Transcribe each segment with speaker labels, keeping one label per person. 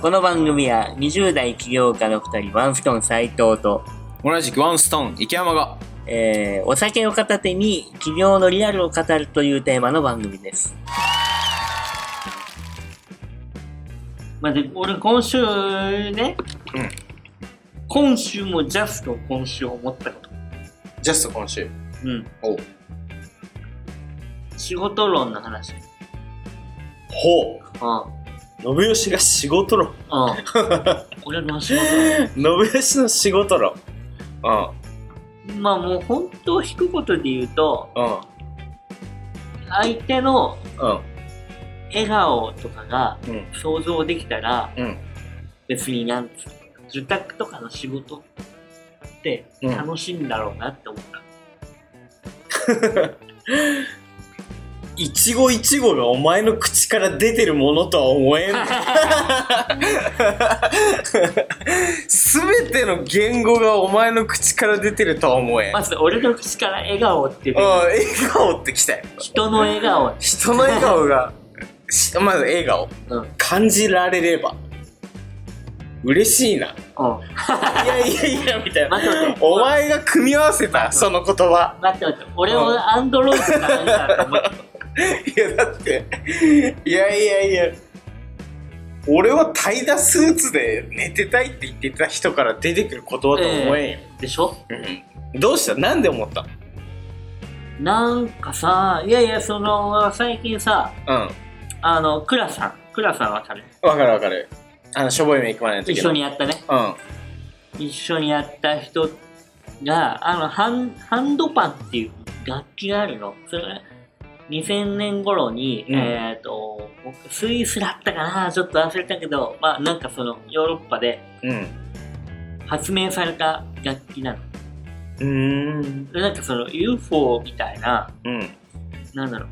Speaker 1: この番組は20代起業家の2人ワンストーン斎藤と、
Speaker 2: 同じくワンストーン池山が
Speaker 1: えーお酒を片手に起業のリアルを語るというテーマの番組です。まあ、で俺今週ね、
Speaker 2: うん
Speaker 1: 今週もジャスト今週思ったこと、
Speaker 2: ジャスト今週
Speaker 1: うん、
Speaker 2: お
Speaker 1: 仕事論の話。う
Speaker 2: ほう信義が仕事論
Speaker 1: ん。うん。俺の仕事
Speaker 2: 信義の仕事論うん
Speaker 1: 論。まあもう本当引くことで言うと、
Speaker 2: うん
Speaker 1: 相手の
Speaker 2: うん
Speaker 1: 笑顔とかが
Speaker 2: うん
Speaker 1: 想像できたら、
Speaker 2: うん
Speaker 1: 別になんつうの受託とかの仕事って
Speaker 2: うん
Speaker 1: 楽しいんだろうなって思った、
Speaker 2: 一期一会がお前の口から出てるものとは思えん全ての言語がお前の口から出てるとは思えん、
Speaker 1: まず俺の口から笑顔っていう
Speaker 2: うん、笑顔ってきたよ
Speaker 1: 人の笑顔
Speaker 2: 人の笑顔が しまず笑顔
Speaker 1: うんうん
Speaker 2: 感じられれば嬉しいないやいやいやみたいな
Speaker 1: 待って待って
Speaker 2: お前が組み合わせたその言葉
Speaker 1: 待って待って俺をアンドロイドから見たと思って
Speaker 2: いやだっていやいやいや俺は怠惰スーツで寝てたいって言ってた人から出てくる言葉とは思えんよ、
Speaker 1: でしょ
Speaker 2: うんどうしたなんで思った
Speaker 1: なんかさいやいやその最近さ
Speaker 2: うん
Speaker 1: あのクラさんクラさんわかる
Speaker 2: わかるわかるあのしょぼい目行くまでの時
Speaker 1: 一
Speaker 2: の
Speaker 1: 緒にやったね
Speaker 2: うん
Speaker 1: 一緒にやった人が、あの、ハン、ハンドパンっていう楽器があるの。それが2000年頃に、
Speaker 2: うん
Speaker 1: えっ、と、スイスだったかなちょっと忘れたけど、まあなんかそのヨーロッパで
Speaker 2: うん
Speaker 1: 発明された楽器なの。
Speaker 2: うーん
Speaker 1: でなんかその UFO みたいな、
Speaker 2: うん
Speaker 1: なんだろう。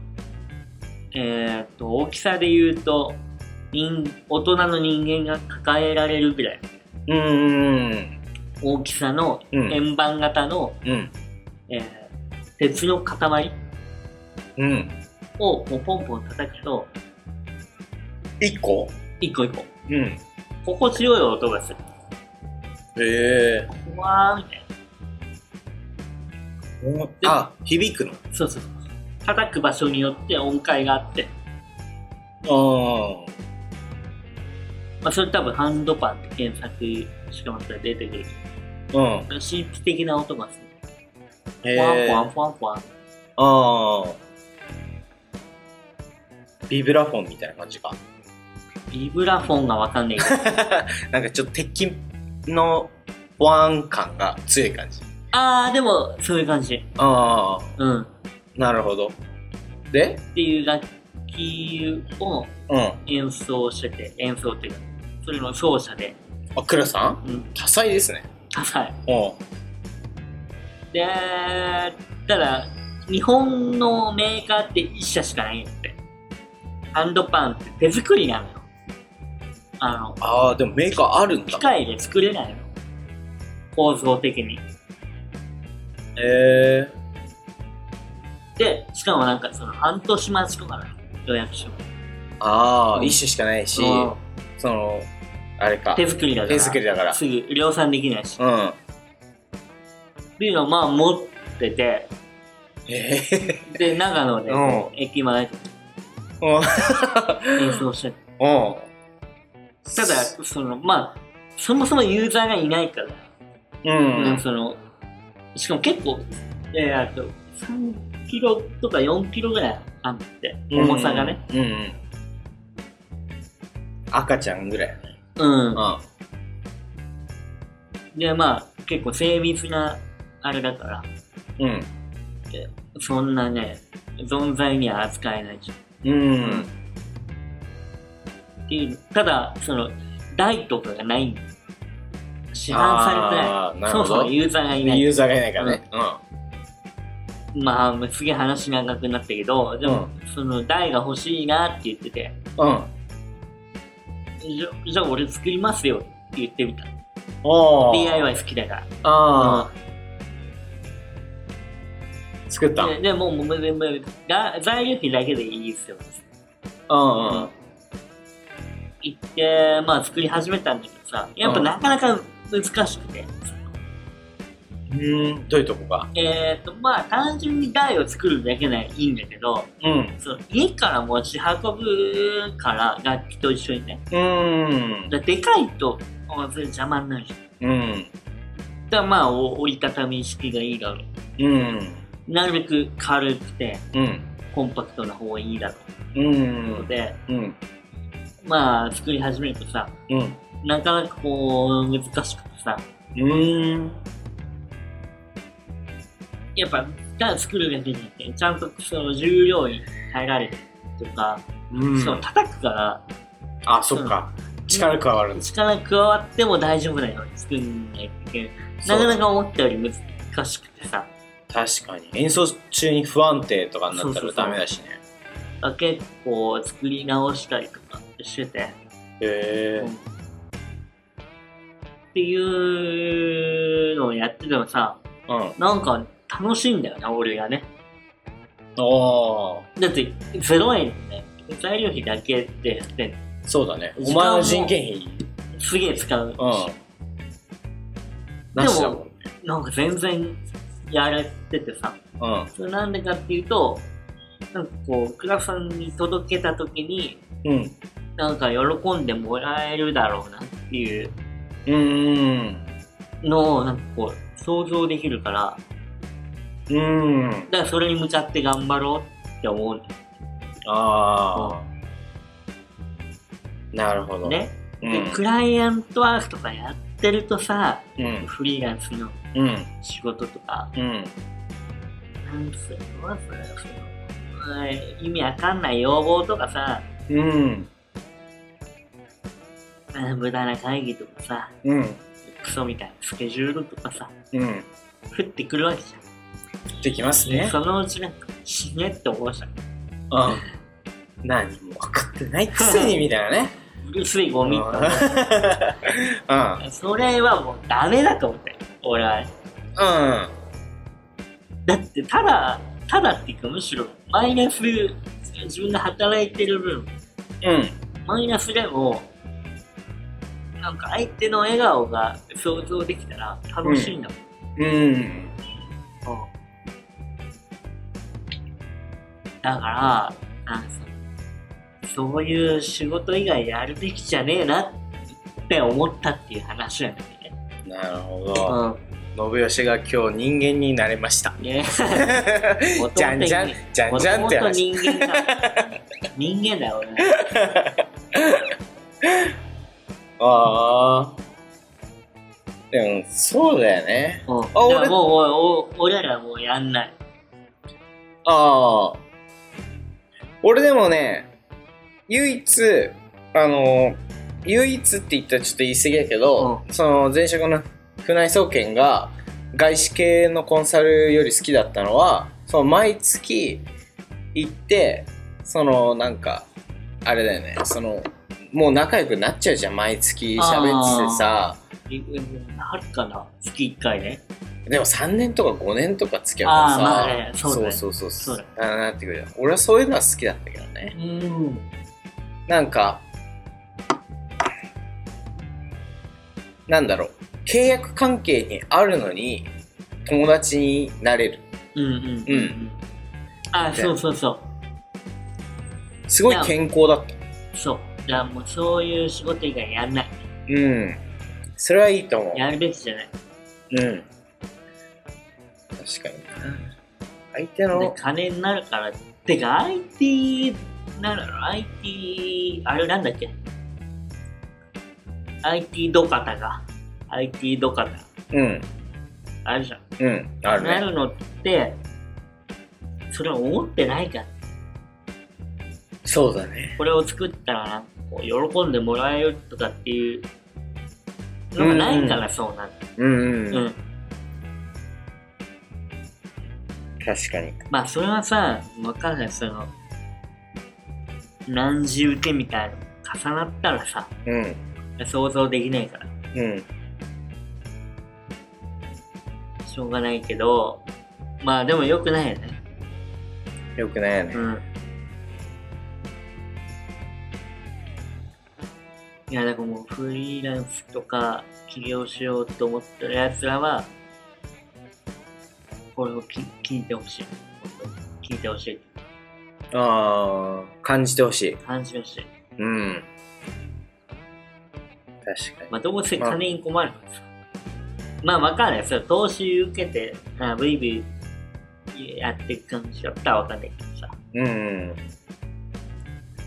Speaker 1: えっ、と、大きさで言うと、人大人の人間が抱えられるぐらい。
Speaker 2: うーん
Speaker 1: 大きさの
Speaker 2: うん
Speaker 1: 円盤型の、
Speaker 2: うん
Speaker 1: えー鉄の塊
Speaker 2: うん
Speaker 1: をもうポンポン叩くと、
Speaker 2: 一個
Speaker 1: 一個一個、
Speaker 2: うんへ
Speaker 1: 心地よい音がする。
Speaker 2: え
Speaker 1: うわーみたい
Speaker 2: あ響くの
Speaker 1: な。そうそうそう。叩く場所によって音階があって、
Speaker 2: あ
Speaker 1: まあ、それ多分ハンドパンって検索しかもしたら出てくる。
Speaker 2: あうん
Speaker 1: 神秘的な音がする。
Speaker 2: へ
Speaker 1: ファン
Speaker 2: え
Speaker 1: ファンファンファン。
Speaker 2: ああビブラフォンみたいな感じ か
Speaker 1: ビブラフォンがわかんないけど。
Speaker 2: なんかちょっと鉄筋のワン感が強い感じ
Speaker 1: あー、でも、そういう感じ。
Speaker 2: ああ
Speaker 1: うん。っ
Speaker 2: なるほどで
Speaker 1: ていう楽器を
Speaker 2: うん
Speaker 1: 演奏してて、演奏っていうか、それの奏者で、
Speaker 2: あクラさん
Speaker 1: うん、
Speaker 2: 多彩ですね
Speaker 1: 多彩。
Speaker 2: うん
Speaker 1: で、ただ、日本のメーカーって一社しかないんだって。ハンドパンって手作りなのよ。あの、
Speaker 2: ああでもメーカーあるんだ
Speaker 1: 機械で作れないの。構造的に。
Speaker 2: へえ
Speaker 1: で、しかもなんかその半年待ちとかなの。予約書も。
Speaker 2: あ
Speaker 1: う
Speaker 2: あ
Speaker 1: ん
Speaker 2: 一種しかないし
Speaker 1: うん
Speaker 2: そのあれか
Speaker 1: 手作りだから。
Speaker 2: 手作りだから
Speaker 1: すぐ量産できないし。っ
Speaker 2: うん
Speaker 1: ていうのをまあ持ってて、
Speaker 2: へえ
Speaker 1: で、長野で
Speaker 2: うん
Speaker 1: 駅前で
Speaker 2: うんうん
Speaker 1: 演奏しててただ、その、まあ、そもそもユーザーがいないから。
Speaker 2: う
Speaker 1: なん
Speaker 2: ん
Speaker 1: かそのしかも結構、えー、あと3キロとか4キロぐらいあって重さがね
Speaker 2: うんうん、うん赤ちゃんぐらいやね
Speaker 1: うん、
Speaker 2: あ
Speaker 1: でまあ結構精密なあれだから
Speaker 2: うん
Speaker 1: そんなね存在には扱えないじゃん
Speaker 2: うん
Speaker 1: っていうただその台とかがない市販さ
Speaker 2: あ
Speaker 1: れてな
Speaker 2: ーない
Speaker 1: そ
Speaker 2: るほ
Speaker 1: も
Speaker 2: ど
Speaker 1: そもユーザーがいな
Speaker 2: ユ
Speaker 1: い
Speaker 2: ーザーがいないからねう
Speaker 1: まあすげえ話長くなったけどでも、その台が欲しいなって言ってて
Speaker 2: んうん
Speaker 1: じゃじゃあ俺作りますよって言ってみた
Speaker 2: お
Speaker 1: DIY 好きだから
Speaker 2: ああ作ったうんう
Speaker 1: ででもうもうもうもうが材料費だけでいいですよ。
Speaker 2: ん
Speaker 1: 行って、まあ作り始めたんだけどさ、やっぱ
Speaker 2: うん
Speaker 1: なかなか難しくて。
Speaker 2: うんどういうとこが
Speaker 1: えっ、と、まあ単純に台を作るだけならいいんだけど、
Speaker 2: うん
Speaker 1: その家から持ち運ぶから楽器と一緒にね。
Speaker 2: うん
Speaker 1: だからでかいと、まあそれ邪魔になるじゃん。
Speaker 2: うん
Speaker 1: だからまあお折りたたみ式がいいだろ
Speaker 2: うん
Speaker 1: う。なるべく軽くて
Speaker 2: うん
Speaker 1: コンパクトな方がいいだろうって
Speaker 2: う
Speaker 1: こと
Speaker 2: ん
Speaker 1: で、
Speaker 2: うん
Speaker 1: まあ作り始めるとさ、
Speaker 2: うん
Speaker 1: なかなかこう難しくてさ、
Speaker 2: うん
Speaker 1: やっぱ、ただ作るだけじゃなくて、ちゃんとその重量に耐えられるとか、
Speaker 2: うん
Speaker 1: その叩くから、
Speaker 2: あそっか力加わるんです
Speaker 1: 力加わっても大丈夫なように作んないといけない。なかなか思ったより難しくてさ、
Speaker 2: 確かに演奏中に不安定とかになっ
Speaker 1: そ
Speaker 2: た
Speaker 1: うそう
Speaker 2: ら
Speaker 1: そう
Speaker 2: ダメだしね
Speaker 1: 結構作り直したりとかしてて、
Speaker 2: へ
Speaker 1: うんっていうのをやっててもさ、
Speaker 2: えうん
Speaker 1: なんか楽しいんだよな、俺がね。
Speaker 2: おー
Speaker 1: だって、0円で、ね、材料費だけでやってんの
Speaker 2: そうだねお
Speaker 1: 時間
Speaker 2: 前
Speaker 1: も
Speaker 2: の人件費
Speaker 1: すげえ使うし。
Speaker 2: うんなしだもんね
Speaker 1: なんか全然やられててさ、
Speaker 2: うん
Speaker 1: それなんでかっていうと、なんかこう、クラフさんに届けた時に、
Speaker 2: うん
Speaker 1: なんか喜んでもらえるだろうなっていう
Speaker 2: うん
Speaker 1: のを、なんかこう、想像できるから、
Speaker 2: うん
Speaker 1: だからそれに向かって頑張ろうって思うんだ
Speaker 2: ああなるほど
Speaker 1: よね。
Speaker 2: う
Speaker 1: で、
Speaker 2: ん
Speaker 1: クライアントワークとかやってるとさ、
Speaker 2: うん
Speaker 1: フリーランスの
Speaker 2: うん
Speaker 1: 仕事とか、
Speaker 2: うん
Speaker 1: なんつうのそれそのうん意味わかんない要望とかさ、
Speaker 2: うん
Speaker 1: うん無駄な会議とかさ、
Speaker 2: うん
Speaker 1: クソみたいなスケジュールとかさ、
Speaker 2: うん
Speaker 1: 降ってくるわけじ
Speaker 2: できます
Speaker 1: ゃん。
Speaker 2: ね
Speaker 1: そのうちなんか死ねって思うじゃん。
Speaker 2: うん何も分かってないくせにみたいなね
Speaker 1: うるすいゴ
Speaker 2: うん
Speaker 1: ミって思
Speaker 2: うん
Speaker 1: う。それはもうダメだと思って、俺は。
Speaker 2: うん
Speaker 1: だってただ、ただっていうかむしろマイナス、自分が働いてる分、
Speaker 2: うん
Speaker 1: マイナスでも、なんか相手の笑顔が想像できたら楽しいんだもん。
Speaker 2: うん
Speaker 1: だから、なんかそそういう仕事以外やるべきじゃねえなって思ったっていう話なんだよね。
Speaker 2: なるほ
Speaker 1: う
Speaker 2: ど
Speaker 1: ん。
Speaker 2: 信義が今日人間になれました
Speaker 1: ね 元々
Speaker 2: じゃんじゃんじゃん
Speaker 1: も
Speaker 2: じ
Speaker 1: と
Speaker 2: ゃん
Speaker 1: も
Speaker 2: って
Speaker 1: と
Speaker 2: 話
Speaker 1: 人間だ。人間だよ、俺。
Speaker 2: ああでもそうだよね
Speaker 1: うん。だか
Speaker 2: 俺
Speaker 1: らもう、おお俺らはもうやんない。
Speaker 2: ああ俺でもね唯一あの唯一って言ったらちょっと言い過ぎやけど、その前職の船井総研が外資系のコンサルより好きだったのはその毎月行ってそのなんかあれだよねそのもう仲良くなっちゃうじゃん毎月喋っててさ
Speaker 1: いうんなるかな月1回ね。
Speaker 2: でも3年とか5年とか付き合うから
Speaker 1: あ
Speaker 2: さ
Speaker 1: ーまあねそうだね
Speaker 2: そうそうそ
Speaker 1: そうう
Speaker 2: そ
Speaker 1: だ
Speaker 2: うあーなってくるよ俺はそういうのは好きだったけどね
Speaker 1: うん。
Speaker 2: なんか、なんだろう、契約関係にあるのに、友達になれる。
Speaker 1: うんうんうん。うん、あ、そうそうそう。
Speaker 2: すごい健康だった。
Speaker 1: そう。じゃあもうそういう仕事以外やんない。
Speaker 2: うん。それはいいと思う。
Speaker 1: やるべきじゃない。
Speaker 2: うん。確かにな。相手
Speaker 1: で
Speaker 2: の、
Speaker 1: 金になるから。てか IT、なんだろう、IT、あれなんだっけ ?IT ドカタが。IT ドカタ。
Speaker 2: うん、
Speaker 1: あるじゃん。
Speaker 2: うん、ある
Speaker 1: な
Speaker 2: ね。
Speaker 1: るのって、それは思ってないから。
Speaker 2: そうだね。
Speaker 1: これを作ったらなんかこう、喜んでもらえるとかっていうのがないからそうなんだ。
Speaker 2: う
Speaker 1: う
Speaker 2: ん、うん
Speaker 1: ん、、
Speaker 2: 確かに。
Speaker 1: まあそれはさ、わかんない、その、何時受けみたいなの重なったらさ、
Speaker 2: うん、
Speaker 1: 想像できないから、
Speaker 2: うん、
Speaker 1: しょうがないけど、まあでも良くないよね。
Speaker 2: よくないよね。
Speaker 1: うん。いや、だからもうフリーランスとか起業しようと思ってる奴らは、これをき聞いてほしい。本当に聞いてほしい。
Speaker 2: ああ、感じてほしい。
Speaker 1: 感じてほしい。
Speaker 2: うん。確かに。
Speaker 1: まあ、どうせ金に困るからさ。まあ、わかんない。それ投資受けて、あブイブイやっていく感じだったらわかんないけどさ。
Speaker 2: うんうん。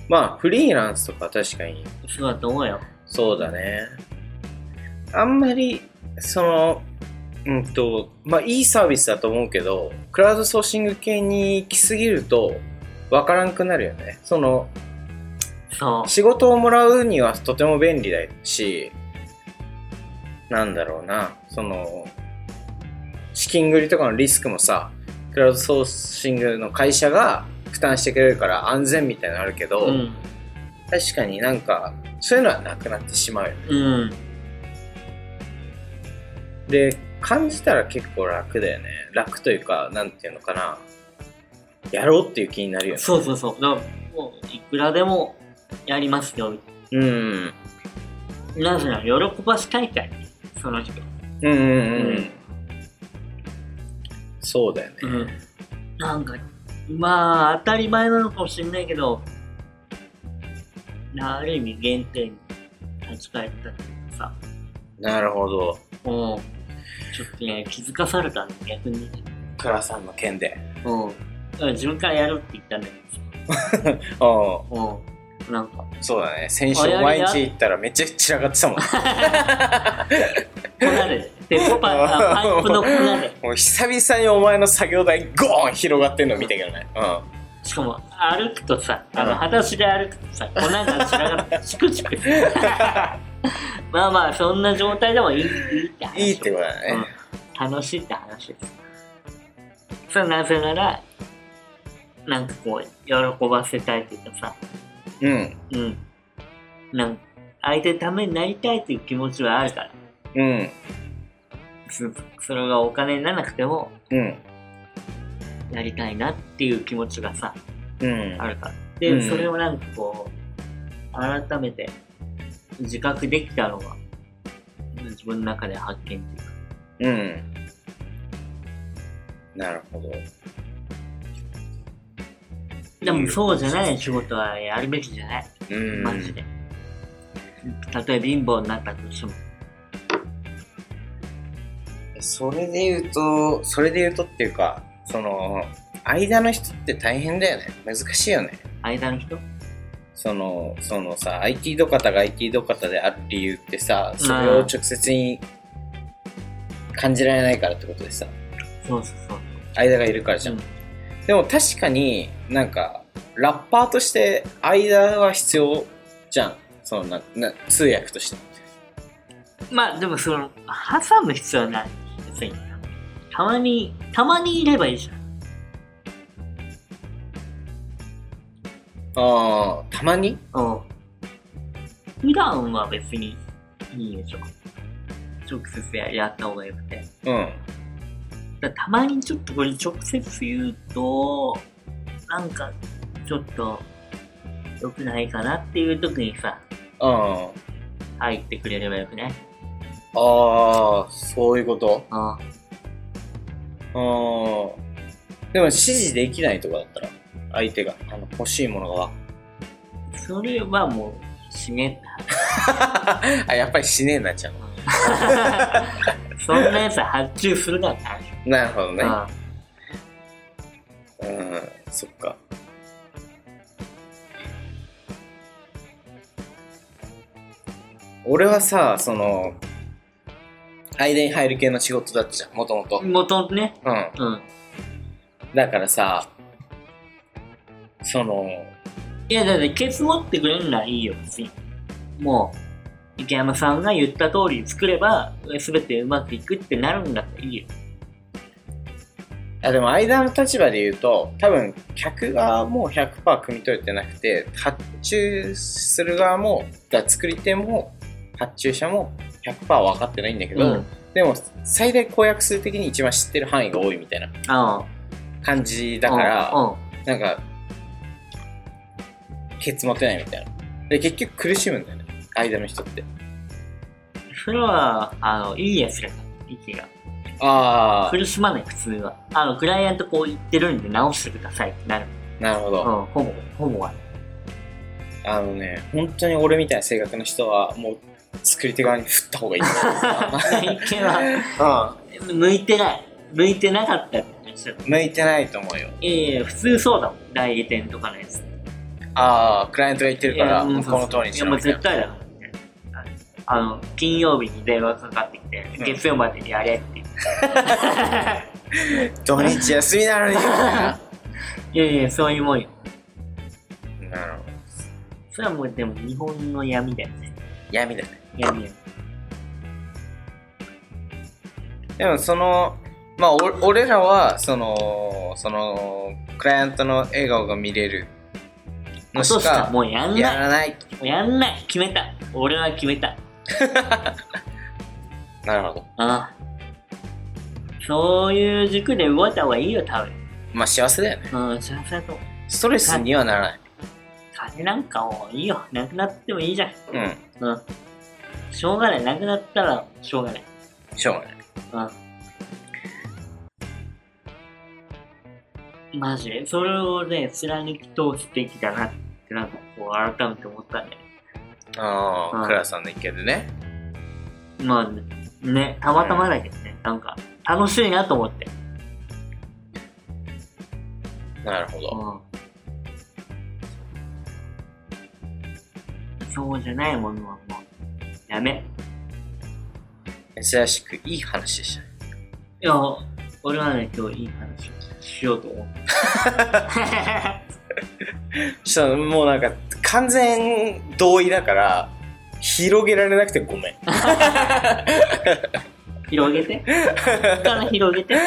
Speaker 2: まあ、フリーランスとか確かに、
Speaker 1: そうだと思うよ。
Speaker 2: そうだね。あんまり、その、うんと、まあ、いいサービスだと思うけど、クラウドソーシング系に行きすぎると、わからんくなるよね。その、
Speaker 1: そう。
Speaker 2: 仕事をもらうにはとても便利だし、なんだろうな、その、資金繰りとかのリスクもさ、クラウドソーシングの会社が負担してくれるから安全みたいなのあるけど、
Speaker 1: うん。
Speaker 2: 確かになんか、そういうのはなくなってしまうよね。
Speaker 1: うん。
Speaker 2: で、感じたら結構楽だよね。楽というか、なんていうのかな、やろうっていう気になるよね。
Speaker 1: そうそうそう。だからもういくらでもやりますよ。
Speaker 2: うん。
Speaker 1: なぜなら喜ばしたいから、その人。
Speaker 2: うんうんうん。
Speaker 1: うん
Speaker 2: そうだよね。
Speaker 1: うん。なんか、まあ、当たり前なのかもしれないけど、ある意味原点に立ち返ったっていうかさ、
Speaker 2: なるほど。
Speaker 1: もう、ちょっとね、気づかされたんだ、逆に。
Speaker 2: 倉さんの件で。
Speaker 1: うん。だから自分からやるって言ったんだけどさ、
Speaker 2: ああ、
Speaker 1: うん。なんか、
Speaker 2: そうだね。先週毎日行ったらめっちゃ散らかっ てたもん。
Speaker 1: 粉 で、ペッパー、あパイプの粉で。
Speaker 2: もう久々にお前の作業台ゴーン広がってんの見たけどね。う
Speaker 1: しかも歩くとさ、あ
Speaker 2: う
Speaker 1: の
Speaker 2: ん
Speaker 1: 裸足で歩く とさ、粉が散らがって、チクチクする。まあまあ、そんな状態でもいいいいって話。
Speaker 2: ん。いいってことだね。
Speaker 1: うん楽しいって話です。それはなぜなら、なんかこう、喜ばせたいというかさ、
Speaker 2: うん。
Speaker 1: うん。なんか、相手のためになりたいという気持ちはあるから。
Speaker 2: うん。
Speaker 1: そそれがお金にならなくても、
Speaker 2: うん。
Speaker 1: やりたいなっていう気持ちがさ、
Speaker 2: うん
Speaker 1: あ。るから。で、
Speaker 2: うん
Speaker 1: それをなんかこう、改めて自覚できたのが、自分の中で発見っていうか。
Speaker 2: うん。なるほど。
Speaker 1: でもそうじゃない仕事はやるべきじゃない。
Speaker 2: うん。
Speaker 1: マジで。たとえ貧乏になったとしても。
Speaker 2: それで言うと、それで言うとっていうか、その、間の人って大変だよね。難しいよね。
Speaker 1: 間の人
Speaker 2: その、そのさ、IT 土方が IT 土方である理由ってさ、それを直接に感じられないからってことでさ、
Speaker 1: そうそうそう。
Speaker 2: 間がいるからじゃん。
Speaker 1: うん
Speaker 2: でも確かになんか、ラッパーとして間は必要じゃん。そのな、な、通訳として。
Speaker 1: まあでもその、挟む必要はない。別に。たまに、たまにいればいいじゃん。
Speaker 2: ああ、たまに
Speaker 1: うん。普段は別にいいでしょ。直接ややった方がよくて。
Speaker 2: うん。
Speaker 1: だからたまにちょっとこれ直接言うと、なんかちょっと良くないかなっていう時にさ、
Speaker 2: あ
Speaker 1: 入ってくれればよくね。
Speaker 2: あ、ああ、そういうこと
Speaker 1: あ
Speaker 2: ああ。でも指示できないとかだったら、相手が、あの、欲しいものがわ
Speaker 1: それはもう死ねっ
Speaker 2: あ、やっぱり死ねえなっちゃうの。
Speaker 1: た。 そんなやつは発注するなって話。
Speaker 2: なるほどね。
Speaker 1: あ
Speaker 2: うん、そっか。俺はさ、その、間に入る系の仕事だったじゃん、もともと。うん。
Speaker 1: 元々ね。うん。
Speaker 2: だからさ、その、
Speaker 1: いや、だってケツ持ってくれるならいいよ、別に。もう、池山さんが言った通り作れば、全てうまくいくってなるんだったらいいよ。
Speaker 2: あでも間の立場で言うと、多分、客側も100%汲み取れてなくて、発注する側も、だ作り手も、発注者も100%分かってないんだけど、
Speaker 1: うん
Speaker 2: でも、最大公約数的に一番知ってる範囲が多いみたいな
Speaker 1: あ
Speaker 2: 感じ
Speaker 1: あ。
Speaker 2: だから、
Speaker 1: うん。うん
Speaker 2: なんか、ケツ持てないみたいな。で、結局苦しむんだよね。間の人って。
Speaker 1: それは、あの、いいやつが、息が。
Speaker 2: あ
Speaker 1: 苦しまない、普通は。あの、クライアントこう言ってるんで直してくださいってなる。
Speaker 2: あ、なるほ
Speaker 1: うん、
Speaker 2: ど。
Speaker 1: ほぼ、ほぼは。
Speaker 2: あのね、本当に俺みたいな性格の人は、もう、作り手側に振った方がいい。
Speaker 1: 内見は、向いてない。向いてなかったって話だ。
Speaker 2: うん。向いてないと思うよ。
Speaker 1: ええ普通そうだもん。代理店とかのやつ。
Speaker 2: ああ、クライアントが言ってるから、
Speaker 1: い
Speaker 2: も
Speaker 1: や
Speaker 2: うこの通りにし
Speaker 1: いや、
Speaker 2: ろ
Speaker 1: もう
Speaker 2: みたい
Speaker 1: 絶
Speaker 2: な。
Speaker 1: 対だからみたいな。あの、金曜日に電話かかってきて、
Speaker 2: うん
Speaker 1: 月曜までにやれって 言って。
Speaker 2: 土日休みなのに。ない
Speaker 1: やいや、そういうもんよ。
Speaker 2: るほど。
Speaker 1: それはもう、でも日本の闇だよね。
Speaker 2: 闇だね。
Speaker 1: 闇闇。
Speaker 2: でも、その、まあ、お俺らは、その、その、クライアントの笑顔が見れるの
Speaker 1: そ
Speaker 2: し
Speaker 1: うした、
Speaker 2: から
Speaker 1: もうやん
Speaker 2: や
Speaker 1: ない。
Speaker 2: らない。
Speaker 1: もうやんない。決めた。俺は決めた。
Speaker 2: なるほど。
Speaker 1: ああそういう軸で動いた方がいいよ、多
Speaker 2: まあ、幸せだよね。
Speaker 1: 分。うん、幸せだと思う。
Speaker 2: ストレスにはならない。
Speaker 1: 金なんかもういいよ。なくなってもいいじゃん。
Speaker 2: うん。
Speaker 1: うん。しょうがない。なくなったらしょうがない。
Speaker 2: しょうがない。
Speaker 1: うん。マジで、それをね、貫き通すべきだなって、なんかこう、改めて思ったね。
Speaker 2: ああ、
Speaker 1: うん
Speaker 2: クラさんの意見でね。
Speaker 1: まあ、ね、たまたまだけどね、なんか、楽しいなと思って。
Speaker 2: なるほど。
Speaker 1: うん。そうじゃないものはもう、やめ。
Speaker 2: 珍しくいい話でしたね。
Speaker 1: いや、俺はね、今日いい話をしようと思って。
Speaker 2: ちょっともうなんか完全同意だから、広げられなくてごめん。
Speaker 1: 広げて。こっから広げて。
Speaker 2: こ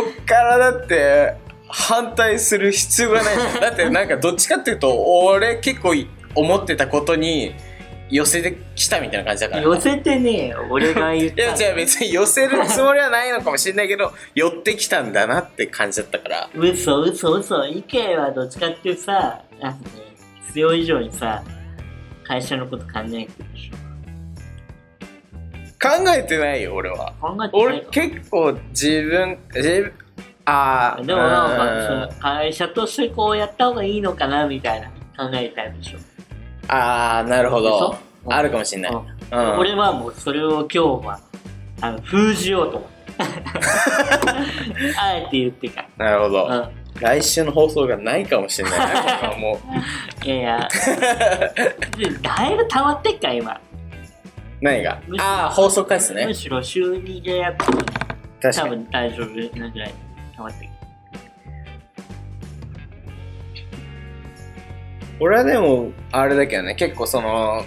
Speaker 2: っからだって、反対する必要がないじ ゃん。だってなんかどっちかっていうと、俺結構思ってたことに寄せてきたみたいな感じだから。
Speaker 1: 寄せてねえよ、俺が言っ
Speaker 2: いや
Speaker 1: た。
Speaker 2: 違う別に寄せるつもりはないのかもしれない けど寄ってきたんだなって感じだったから
Speaker 1: 嘘嘘嘘意見はどっちかっていうとさなんかね必要以上にさ会社のこと考えてるでしょ
Speaker 2: 考えてないよ俺は
Speaker 1: 考えてない
Speaker 2: 俺
Speaker 1: よ
Speaker 2: 結構自分自分ああ
Speaker 1: でもなんかその会社としてこうやった方がいいのかなみたいな考えたいでしょ
Speaker 2: ああなるほど
Speaker 1: 嘘
Speaker 2: あるかもしれない、うん、
Speaker 1: うん俺はもうそれを今日はあの封じようと思って あえて言ってか
Speaker 2: なるほど、
Speaker 1: ら、
Speaker 2: 来週の放送がないかもしれ ないなこれはも
Speaker 1: うん、いやいやでだいぶ溜まってっから今
Speaker 2: う何が
Speaker 1: むしろ
Speaker 2: ああ放送回数
Speaker 1: む
Speaker 2: ね
Speaker 1: しろ週2でやっても
Speaker 2: 確
Speaker 1: 多
Speaker 2: かに
Speaker 1: 分大丈夫なぐらい溜まってる
Speaker 2: 俺はでもあれだけどね結構その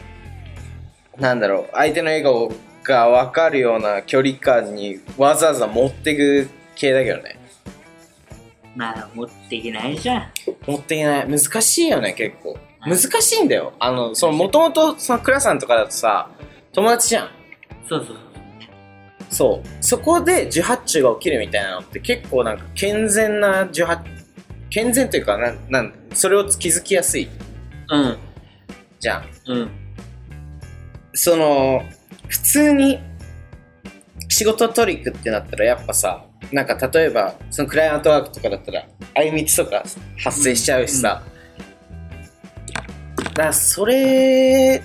Speaker 2: なんだろう相手の笑顔が分かるような距離感にわざわざ持ってく系だけどね
Speaker 1: まあ持っていけないじゃん
Speaker 2: 持っていけない難しいよね結構難しいんだよあのそのもともとその倉さんとかだとさ友達じゃん
Speaker 1: そうそう
Speaker 2: そうそこで受発注が起きるみたいなのって結構なんか健全な受発健全というかなんなんそれを気づきやすい
Speaker 1: そう
Speaker 2: じゃん
Speaker 1: うんうん
Speaker 2: その普通に仕事トリックってなったらやっぱさなんか例えばそのクライアントワークとかだったら相みつとか発生しちゃうしさ、だからそれ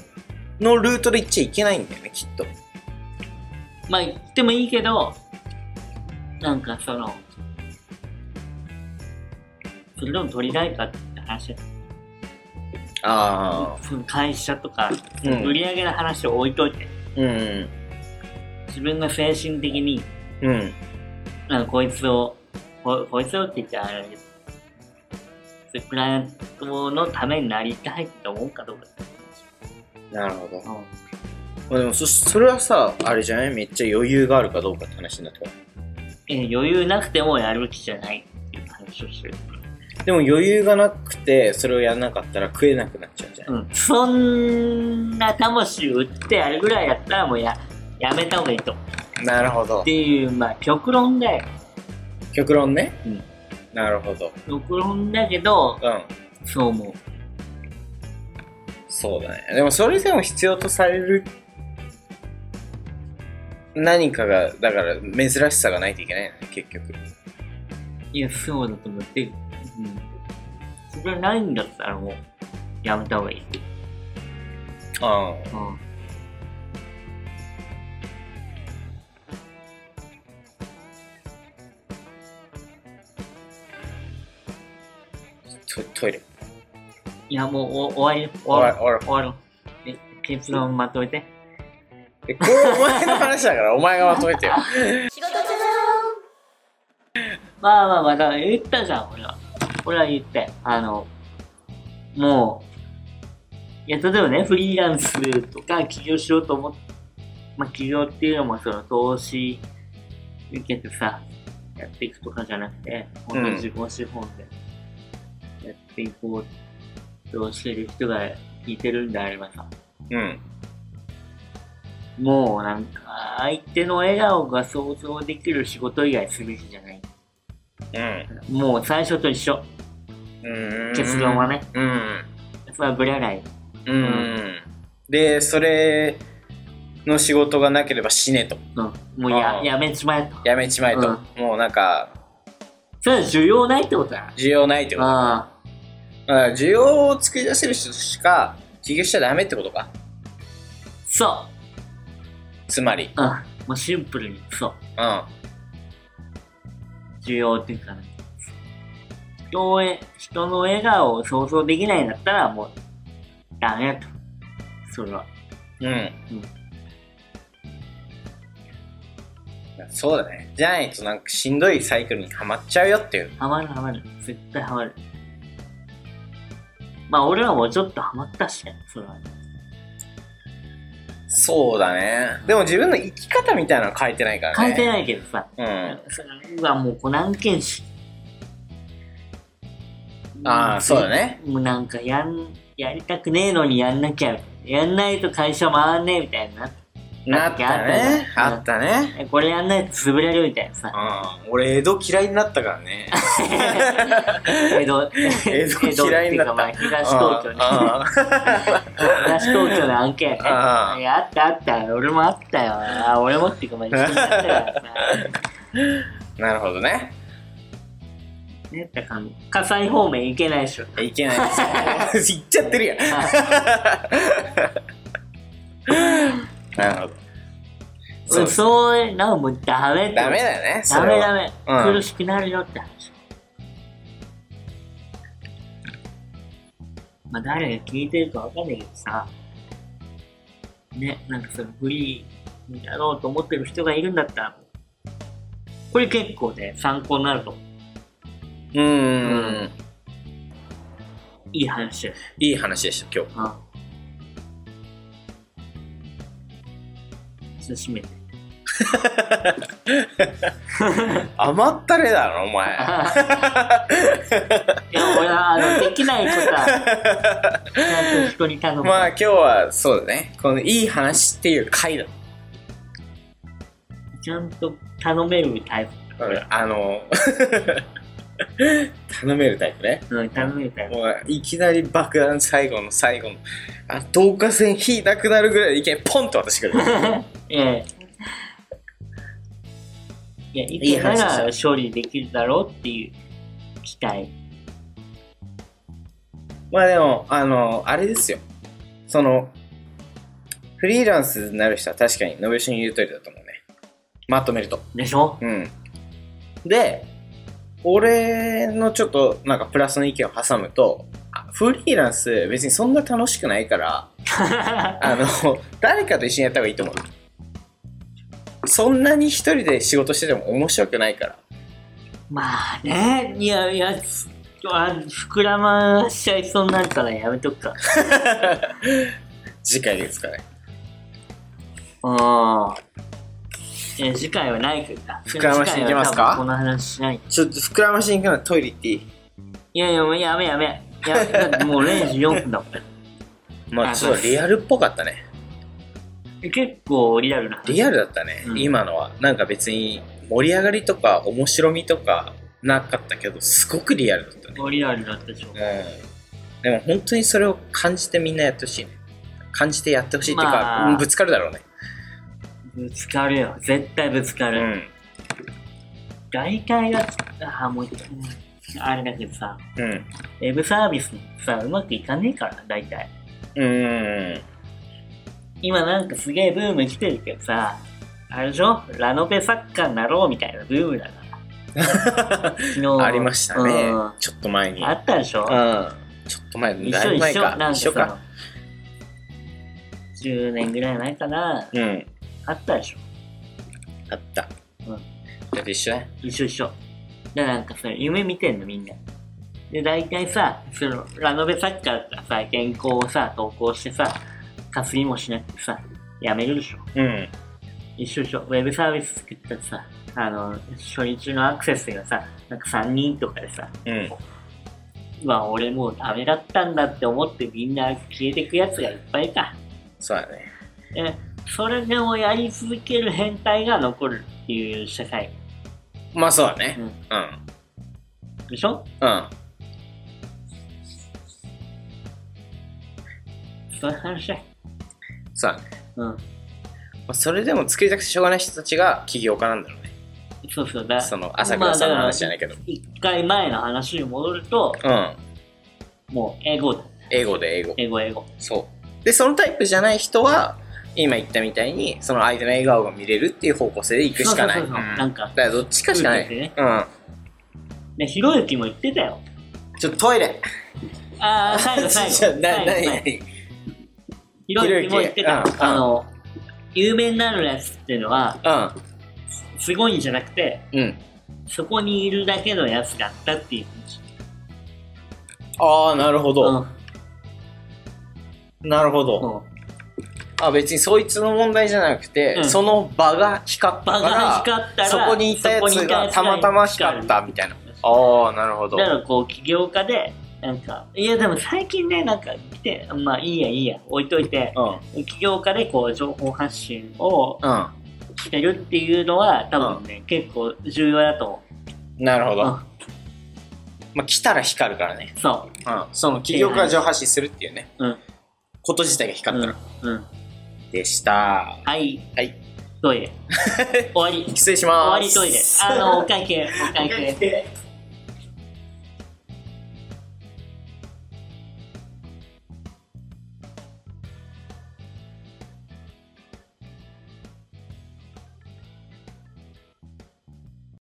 Speaker 2: のルートで行っちゃいけないんだよねきっと
Speaker 1: まあ言ってもいいけどなんかそのそれでも取りないかって話
Speaker 2: あ
Speaker 1: その会社とか
Speaker 2: う
Speaker 1: 売
Speaker 2: ん
Speaker 1: り上げの話を置いといて、
Speaker 2: うん
Speaker 1: 自分が精神的に
Speaker 2: うん
Speaker 1: なんかこいつをここいつをって言ってあれだけどそういうクライアントのためになりたいって思うかどうかって
Speaker 2: なるほど
Speaker 1: 話、
Speaker 2: まあでもそそれはさあれじゃないめっちゃ余裕があるかどうかって話になってくる
Speaker 1: え余裕なくてもやる気じゃないっていう話をしてる
Speaker 2: でも余裕がなくてそれをやらなかったら食えなくなっちゃうんじゃない、
Speaker 1: うん、そんな魂を売ってやるぐらいやったらもうややめた方がいいと。っ
Speaker 2: なるほど
Speaker 1: ていう、まあ極論だよ。
Speaker 2: 極論ね、
Speaker 1: うん
Speaker 2: なるほど
Speaker 1: 極論だけど、
Speaker 2: うん
Speaker 1: そう思う。
Speaker 2: そうだね。でもそれでも必要とされる何かが、だから珍しさがないといけないよね、結局。
Speaker 1: いや、そうだと思って、うん。それがないんだったらもう、やめた方がいい。
Speaker 2: あ
Speaker 1: うん。
Speaker 2: トトイレ。
Speaker 1: いや、もうお終わり、終
Speaker 2: お
Speaker 1: わ
Speaker 2: い
Speaker 1: る、
Speaker 2: おい
Speaker 1: 終わる。え結論まとめて。
Speaker 2: えこれお前の話だ から、お前がまとめてよ。
Speaker 1: まあまあまあ、だから言ったじゃん、俺は。俺は言って。あの、もう、いや、例えばね、フリーランスとか起業しようと思っまあ起業っていうのもその投資受けてさ、やっていくとかじゃなくて、
Speaker 2: うん
Speaker 1: 本当に自己資本でやっていこうとしてる人が聞いてるんであればさ、
Speaker 2: うん。
Speaker 1: もうなんか、相手の笑顔が想像できる仕事以外すべきじゃない。
Speaker 2: うん。
Speaker 1: もう最初と一緒。
Speaker 2: うん
Speaker 1: 結論はね。
Speaker 2: うん。
Speaker 1: それはブレない。
Speaker 2: うん。で、それの仕事がなければ死ねと。
Speaker 1: うん。もう
Speaker 2: あ
Speaker 1: や
Speaker 2: ー
Speaker 1: やめちまえと。
Speaker 2: やめちまえと。
Speaker 1: うん
Speaker 2: もうなんか、
Speaker 1: それは需要ないってことだ
Speaker 2: 需要ないってこと。
Speaker 1: な。うん。
Speaker 2: だから需要を作り出せる人しか起業しちゃダメってことか。
Speaker 1: そ
Speaker 2: つまり。
Speaker 1: う。うん。もうシンプルに、そう。
Speaker 2: うん。
Speaker 1: 需要っていうかね。人をえ、人の笑顔を想像できないんだったら、もう、ダメだと。それは。
Speaker 2: うん。そうだね。じゃないとなんかしんどいサイクルにはまっちゃうよっていう。
Speaker 1: ハマるハマる。絶対ハマる。まあ、俺らもちょっとハマったしね、それは。
Speaker 2: そうだね。でも自分の生き方みたいなのは変えてないからね。
Speaker 1: 変えてないけどさ。
Speaker 2: うん。
Speaker 1: それはもう、コナン剣士。
Speaker 2: ああ、そうだね。
Speaker 1: もうなんかやん、やりたくねえのにやんなきゃ、やんないと会社回んねえみたいになって。
Speaker 2: なったね。
Speaker 1: あ
Speaker 2: あ
Speaker 1: っ
Speaker 2: ったね。
Speaker 1: えこれやんないと潰れるみたいなさ。
Speaker 2: うん。俺、江戸嫌いになったからね。
Speaker 1: 江戸、
Speaker 2: 江戸嫌いになった
Speaker 1: 江戸っていうかまあ東東京ね。東東京の案件ね。い
Speaker 2: ああ
Speaker 1: や、あったあった。俺もあったよ。あ俺もっていうか、まあ 一緒にやったからさ。
Speaker 2: うん。なるほどね。
Speaker 1: ねってか、火災方面行けないで しょ。
Speaker 2: いけない です。言っちゃってるやん。なるほ
Speaker 1: そ
Speaker 2: ど。
Speaker 1: う
Speaker 2: そう
Speaker 1: そう、なんかもうダメって
Speaker 2: ダメだよね。そ
Speaker 1: ダ
Speaker 2: れ
Speaker 1: メ
Speaker 2: は
Speaker 1: ダメ、
Speaker 2: うん
Speaker 1: 苦しくなるよって話。まあ誰が聞いてるかわかんないけどさ、ね、なんかそのフリーになろうと思ってる人がいるんだったら、これ結構ね、参考になると思う。う
Speaker 2: うーん。
Speaker 1: いい話だよね。
Speaker 2: いい話でした、今日。
Speaker 1: うん。ちょっと 締めて。
Speaker 2: 甘ったれだろ、お前。
Speaker 1: いや、俺は、あの、できないことは、ちゃんと人に頼む。
Speaker 2: まあ今日はそうだね。このいい話っていう回だ。
Speaker 1: ちゃんと頼めるタイプ。
Speaker 2: あの、 頼めるタイプね。
Speaker 1: うん、頼めるタイプ。
Speaker 2: もういきなり爆弾最後の最後の、あ、導火線火なくなるぐらいでいけポンと私が来る。
Speaker 1: ええ。いや、い
Speaker 2: いい
Speaker 1: つな
Speaker 2: 話
Speaker 1: ら
Speaker 2: で
Speaker 1: 勝利できるだろうっていう期待。
Speaker 2: まあでも、あの、あれですよ。その、フリーランスになる人は確かに、のべしに言う通りだと思うね。まとめると。
Speaker 1: でしょ
Speaker 2: うん。で、俺のちょっと、なんかプラスの意見を挟むと、あフリーランス別にそんな楽しくな いから、あの、誰かと一緒にやった方がいいと思う。そんなに一人で仕事してても面白くないから。
Speaker 1: まあね、いや、いや、つあ膨らましちゃいそうになるからやめとくか。
Speaker 2: 次回ですかね。
Speaker 1: うん。いや、次回はないけどな。
Speaker 2: 膨らましていきますか
Speaker 1: 次回は多分この話しない。
Speaker 2: ちょっと膨らましに行くのはトイレ行っていい
Speaker 1: いやいや、もうやめやめ。いや、だってもう0時4分だもん。
Speaker 2: まあ
Speaker 1: あ
Speaker 2: ちょっとリアルっぽかったね。
Speaker 1: 結構リアルな。
Speaker 2: リアルだったね、
Speaker 1: うん
Speaker 2: 今のはなんか別に盛り上がりとか面白みとかなかったけどすごくリアルだったね
Speaker 1: リアルだったでしょ。
Speaker 2: うでも本当にそれを感じてみんなやってほしいね。感じてやってほしいっていうか、
Speaker 1: まあ
Speaker 2: うんぶつかるだろうね。
Speaker 1: ぶつかるよ。絶対ぶつかる。外界が、ああ、もう一回、うんあれだけどさ、
Speaker 2: うん。うん。
Speaker 1: ウェブサービスもさ、うまくいかねえから、大体。
Speaker 2: うーん。
Speaker 1: 今なんかすげえブーム来てるけどさ、あれでしょラノベ作家になろうみたいなブームだから。 昨日
Speaker 2: ありましたね
Speaker 1: うん。
Speaker 2: ちょっと前に。
Speaker 1: あったでしょ
Speaker 2: うん。ちょっと前、
Speaker 1: 一
Speaker 2: だい
Speaker 1: 緒
Speaker 2: ぶ
Speaker 1: 一
Speaker 2: 前
Speaker 1: 緒。なん
Speaker 2: か。
Speaker 1: か
Speaker 2: 一緒か。
Speaker 1: さ、10年ぐらい前かな。
Speaker 2: うん。
Speaker 1: あったでしょ
Speaker 2: あった。
Speaker 1: うん
Speaker 2: だって一緒ね。
Speaker 1: 一緒一緒。で、なんかさ、夢見てんのみんな。で、大体さ、その、ラノベ作家がさ、原稿をさ、投稿してさ、稼ぎもしなくてさ、やめるでしょ。
Speaker 2: うん。
Speaker 1: 一緒一緒。ウェブサービス作ったらさ、あの、初日のアクセスがさ、なんか3人とかでさ、
Speaker 2: うん。
Speaker 1: うわ、俺もうダメだったんだって思ってみんな消えてくやつがいっぱいか。
Speaker 2: そうだね。
Speaker 1: え、それでもやり続ける変態が残るっていう社会。
Speaker 2: まあそうだね
Speaker 1: う。ん。
Speaker 2: うん。
Speaker 1: でしょ
Speaker 2: うん。
Speaker 1: そういう話だよ。
Speaker 2: そうだね。
Speaker 1: うん。
Speaker 2: まあそれでも作りたくてしょうがない人たちが起業家なんだろうね。
Speaker 1: そうそうだ。
Speaker 2: その、朝倉さんの話じゃないけど。
Speaker 1: 一回前の話に戻ると、
Speaker 2: うん。
Speaker 1: もう英語だ。
Speaker 2: 英語で英語。
Speaker 1: 英語英語。
Speaker 2: そう。で、そのタイプじゃない人は、今言ったみたいに、その相手の笑顔が見れるっていう方向性で行くしかない。
Speaker 1: そうそうそうそう
Speaker 2: うん
Speaker 1: なんか
Speaker 2: だからどっちかしかな
Speaker 1: うん
Speaker 2: い。うん。
Speaker 1: ね、ひろゆきも言ってたよ。
Speaker 2: ちょっとトイレ。
Speaker 1: あ あ、最後最後。
Speaker 2: ちょ
Speaker 1: 最
Speaker 2: な、な
Speaker 1: 後最後
Speaker 2: に
Speaker 1: ひろゆきも言ってた
Speaker 2: ひろゆき。うん
Speaker 1: あの、有名になるやつっていうのは、
Speaker 2: な
Speaker 1: すごいんじゃなくて、
Speaker 2: にうん。うん。
Speaker 1: そこにいるだけのやつだったっていう話。
Speaker 2: ああ、なるほど。なるほ
Speaker 1: うん。
Speaker 2: ど。
Speaker 1: うん
Speaker 2: あ、別にそいつの問題じゃなくて
Speaker 1: う、ん
Speaker 2: その場が光った
Speaker 1: 場が
Speaker 2: か
Speaker 1: 光ったら、
Speaker 2: ら、そこにいたやつ
Speaker 1: そこにい
Speaker 2: がたまたま光ったみたいな。ああ、なるほど。
Speaker 1: だからこう起業家でなんかいやでも最近ねなんか来てまあいいやいいや置いといて
Speaker 2: うん。うん。
Speaker 1: 起業家でこう情報発信をしてるっていうのは多分ね、結構重要だと思
Speaker 2: なるほ
Speaker 1: う、う
Speaker 2: ど。まあ、来たら光るからね。
Speaker 1: ん、そ
Speaker 2: うん。その、企業から上発信するっていうね。
Speaker 1: ううん
Speaker 2: こと自体が光ったら。
Speaker 1: うん、うん、
Speaker 2: でした。
Speaker 1: はい
Speaker 2: はい。
Speaker 1: トイレ終わり終
Speaker 2: 失礼します。
Speaker 1: わりトイレあのお会計お会計
Speaker 2: お会計